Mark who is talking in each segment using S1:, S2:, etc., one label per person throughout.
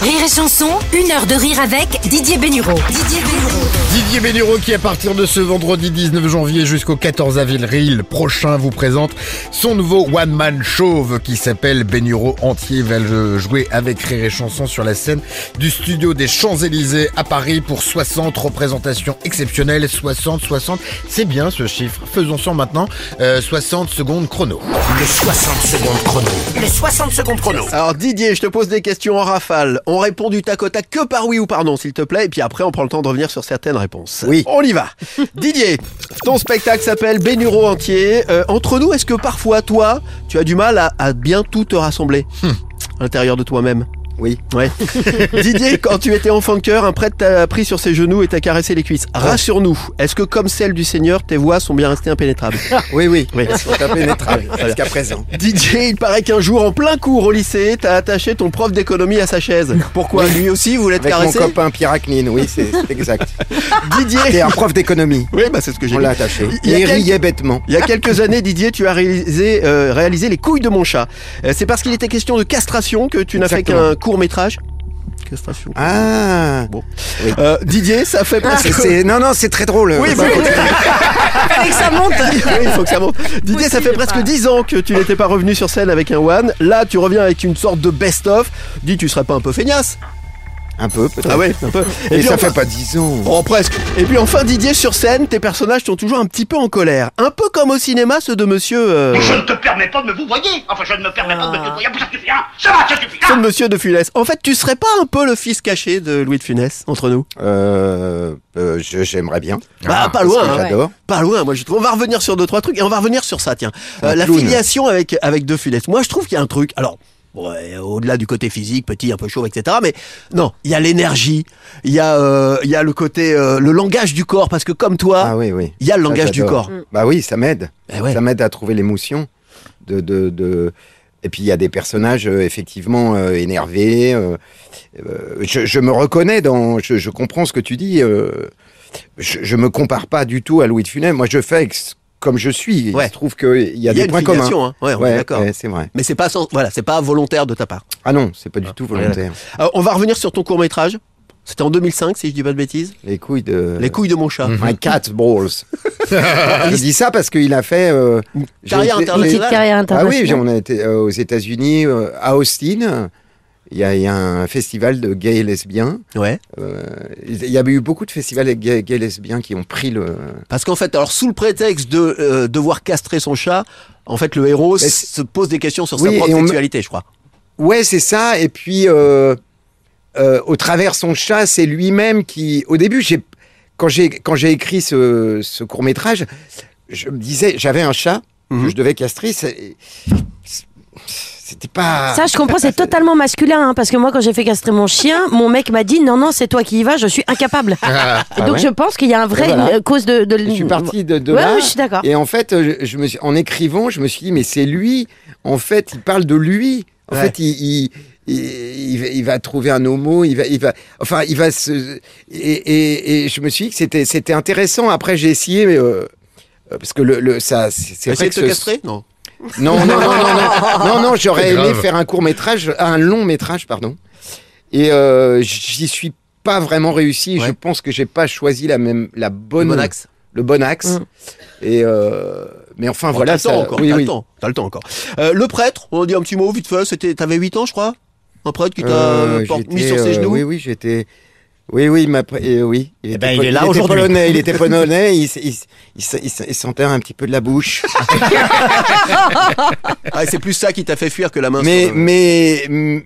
S1: Rire et chanson, une heure de rire avec Didier Bénureau. Didier Bénureau.
S2: Didier Bénureau qui à partir de ce vendredi 19 janvier jusqu'au 14 avril prochain vous présente son nouveau One Man Chauve qui s'appelle Bénureau Entier Il va le jouer avec Rire et Chanson sur la scène du studio des Champs-Élysées à Paris pour 60 représentations exceptionnelles. 60, 60, c'est bien ce chiffre. Faisons ça maintenant. Euh, 60 secondes chrono.
S3: Le 60 secondes chrono. Le 60 secondes chrono.
S4: Alors Didier, je te pose des questions en rafale. On répond du tac au tac que par oui ou par non, s'il te plaît, et puis après on prend le temps de revenir sur certaines réponses.
S2: Oui.
S4: On y va. Didier, ton spectacle s'appelle Bénuro entier. Euh, entre nous, est-ce que parfois toi, tu as du mal à, à bien tout te rassembler à l'intérieur de toi-même
S2: Hmm. Oui.
S4: Ouais. Didier, quand tu étais enfant de cœur, un prêtre t'a pris sur ses genoux et t'a caressé les cuisses. Rassure-nous, est-ce que comme celle du Seigneur, tes voix sont bien restées impénétrables
S2: Oui, oui.
S4: Oui.
S2: C'est impénétrable jusqu'à présent.
S4: Didier, il paraît qu'un jour, en plein cours au lycée, t'as attaché ton prof d'économie à sa chaise. Pourquoi Lui aussi voulait te
S5: Avec
S4: caresser
S5: mon copain Piracline, oui, c'est c'est exact. T'es
S4: Didier
S5: un prof d'économie.
S4: Oui, bah c'est ce que j'ai
S5: Ah, On
S4: dit.
S5: l'a attaché.
S4: Il y
S5: Et
S4: a
S5: il
S4: quelques-
S5: riait bêtement.
S4: Il y a quelques années, Didier, tu as réalisé, euh, réalisé Les couilles de mon chat. Euh, c'est parce qu'il était question de castration que tu n'as fait
S5: Exactement.
S4: qu'un court métrage. Castration.
S5: Ah
S4: Bon. Euh, Didier, ça fait presque.
S5: C'est- c'est- Non, non, c'est très drôle.
S4: Oui, bah, Oui, il faut que ça monte. Didier, ça fait presque 10 ans que tu n'étais pas revenu sur scène avec un one. Là, tu reviens avec une sorte de best-of. Dis, tu serais pas un peu feignasse
S5: Un peu, peut-être.
S4: Ah ouais, un peu.
S5: Et, ça
S4: enfin-
S5: fait pas dix ans.
S4: Oh, presque. Et puis enfin, Didier, sur scène, tes personnages sont toujours un petit peu en colère. Un peu comme au cinéma, ceux de monsieur. euh,
S6: Je ne te permets pas de me vous voyez. Enfin, je ne me permets pas de me te voyer. Ça suffit, hein Ça va, ça suffit, hein
S4: ceux de monsieur de Funès. En fait, tu serais pas un peu le fils caché de Louis de Funès, entre nous
S5: Euh, euh, je- J'aimerais bien.
S4: Bah, pas
S5: Ah, parce
S4: loin,
S5: que
S4: hein.
S5: J'adore.
S4: Pas loin, moi je trouve. On va revenir sur deux trois trucs et on va revenir sur ça, tiens.
S5: Un
S4: Euh, la
S5: clown.
S4: filiation avec avec De Funès. Moi je trouve qu'il y a un truc. Alors ouais, au-delà du côté physique, petit, un peu chaud, etc. Mais non, il y a l'énergie, il y a euh, il y a le côté euh, le langage du corps parce que comme toi,
S5: Ah oui, oui.
S4: il y a le
S5: Ça,
S4: langage du
S5: j'adore.
S4: corps.
S5: Bah oui, ça m'aide.
S4: Eh ouais.
S5: Ça m'aide à trouver l'émotion. De, de, de... Et puis il y a des personnages euh, effectivement euh, énervés. euh, euh, je, je me reconnais dans. Je, je comprends ce que tu dis. euh, je, je me compare pas du tout à Louis de Funès. Moi, je fais avec ce- comme je suis.
S4: Ouais.
S5: Il se trouve qu'il y a
S4: Il y a
S5: des
S4: une
S5: points communs.
S4: filiation, hein. Ouais, on est d'accord.
S5: ouais, c'est vrai.
S4: Mais c'est pas sans- voilà, c'est pas volontaire de ta part.
S5: Ah non, c'est pas du tout volontaire.
S4: Euh, on va revenir sur ton court métrage. C'était en 2005 si je dis pas de bêtises.
S5: Les couilles de.
S4: Les couilles de mon chat.
S5: My cat balls. je dis ça parce qu'il a fait. euh, j'ai
S4: Carrière
S5: été-
S4: internationale.
S7: carrière
S5: Ah
S7: internationale.
S5: oui, j'ai- on a été euh, aux États-Unis, euh, à Austin. Il y, a, il y a un festival de gays et lesbiens.
S4: Ouais.
S5: Euh, il y a eu beaucoup de festivals de gays, gays et lesbiens qui ont pris le.
S4: Parce qu'en fait, alors sous le prétexte de euh, devoir castrer son chat, en fait, le héros
S5: Mais
S4: se pose des questions sur
S5: Oui,
S4: sa
S5: et
S4: propre
S5: on me-
S4: sexualité, je crois.
S5: Ouais, c'est ça. Et puis, euh, euh, au travers son chat, c'est lui-même qui. Au début, j'ai quand j'ai quand j'ai écrit ce, ce court métrage, je me disais, j'avais un chat
S4: Mhm.
S5: que je devais castrer. c'est- C'était pas.
S7: Ça, je comprends, c'est totalement masculin, hein, parce que moi, quand j'ai fait castrer mon chien, mon mec m'a dit non, non, c'est toi qui y vas, je suis incapable. Et
S5: Ah
S7: donc,
S5: ouais
S7: je pense qu'il y a un vrai
S5: Et voilà.
S7: euh, cause de, de-
S5: Je suis parti de, de
S7: Ouais,
S5: là.
S7: ouais, je suis d'accord.
S5: Et en fait, euh, je, je me suis, en écrivant, je me suis dit, mais c'est lui. En fait, il parle de lui. En
S4: Ouais.
S5: fait, il, il, il- il va- il va trouver un homo. Il va, il va, enfin, il va se. Et, et, et je me suis dit que c'était, c'était intéressant. Après, j'ai essayé. mais, euh, euh, parce que le, le- ça, c'est c'est
S4: Essayer
S5: vrai
S4: de
S5: que
S4: te
S5: ce-
S4: castrer Non.
S5: non, non, non, non, non, non, non, j'aurais
S2: C'est
S5: aimé
S2: grave.
S5: faire un court métrage, un long métrage, pardon. Et euh, j'y suis pas vraiment réussi.
S4: Ouais.
S5: Je pense que j'ai pas choisi la même, la bonne,
S4: Bon axe.
S5: le bon axe.
S7: Mm.
S5: Et euh, mais enfin
S4: Oh,
S5: voilà,
S4: t'as le temps
S5: ça-
S4: encore.
S5: oui,
S4: t'as
S5: oui.
S4: le temps. T'as le temps encore. Euh, le prêtre, on a dit un petit mot vite fait. C'était, t'avais 8 ans, je crois. Un prêtre qui t'a
S5: Euh,
S4: porte- mis
S5: j'étais,
S4: sur ses
S5: euh,
S4: genoux.
S5: oui, oui, j'étais. Oui, oui, ma pr- et oui. Il, était
S4: ben, il
S5: pol-
S4: est là
S5: était
S4: aujourd'hui.
S5: polonais, il était polonais, il, s- il, s- il, s- il s- il sentait un petit peu de la bouche.
S4: Ah, c'est plus ça qui t'a fait fuir que la
S2: Hein,
S4: main.
S5: mais,
S4: sur le-
S5: mais, mm,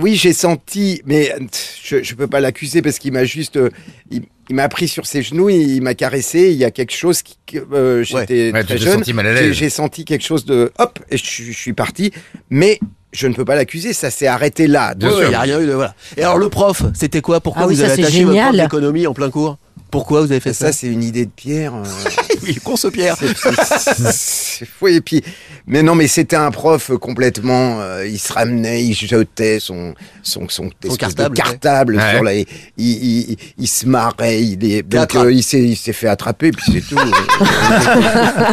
S5: oui, j'ai senti, mais tch, je, je peux pas l'accuser parce qu'il m'a juste, euh, il, il m'a pris sur ses genoux, il, il m'a caressé, il y a quelque chose qui, que, euh, j'étais
S2: Ouais, tu
S5: très
S2: t'es
S5: jeune,
S2: senti mal à l'aise.
S5: j'ai j'ai senti quelque chose de, hop, et je, suis- je suis parti, mais je ne peux pas l'accuser, ça s'est arrêté là.
S2: Bien
S4: Ouais,
S2: sûr.
S4: Il y a rien eu de voilà. Et alors le prof, c'était quoi Pourquoi
S7: Ah
S4: vous
S7: oui, ça,
S4: avez
S7: c'est
S4: attaché votre prof
S7: génial.
S4: d'économie en plein cours Pourquoi vous avez fait ça,
S5: Ça, c'est une idée de Pierre. euh,
S4: Il course Pierre.
S5: c'est- c'est- c'est fou. Et puis, mais non, mais c'était un prof complètement. euh, il se ramenait, il jetait son son son, espèce de
S4: cartable,
S5: cartable
S2: ouais.
S5: sur la. Il, il, il- il se marrait. Il est donc
S4: attrapé.
S5: euh, il s'est il s'est fait attraper. Puis c'est tout. euh,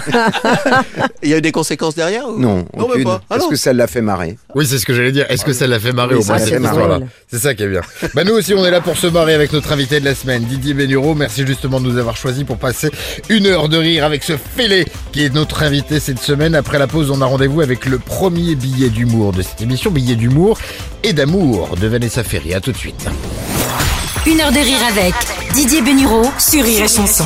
S4: Il y a eu des conséquences derrière ou...
S5: non,
S4: Non,
S5: aucune,
S4: même pas. Ah
S5: parce
S4: non.
S5: que ça l'a fait marrer.
S2: Oui, c'est ce que j'allais dire. Est-ce que ça l'a fait marrer
S5: Ah, Oui,
S2: au moins
S5: ça l'a
S2: cette
S5: fait marrer.
S2: histoire-là
S7: Drôle.
S2: C'est ça qui est bien. bah nous aussi, on est là pour se marrer avec notre invité de la semaine, Didier Bénureau. Merci justement de nous avoir choisi pour passer une heure de rire avec ce fêlé qui est notre invité cette semaine. Après la pause, on a rendez-vous avec le premier billet d'humour de cette émission, billet d'humour et d'amour de Vanessa Ferry. À tout de suite.
S1: Une heure de rire avec Didier Bénureau sur Rire et Chanson.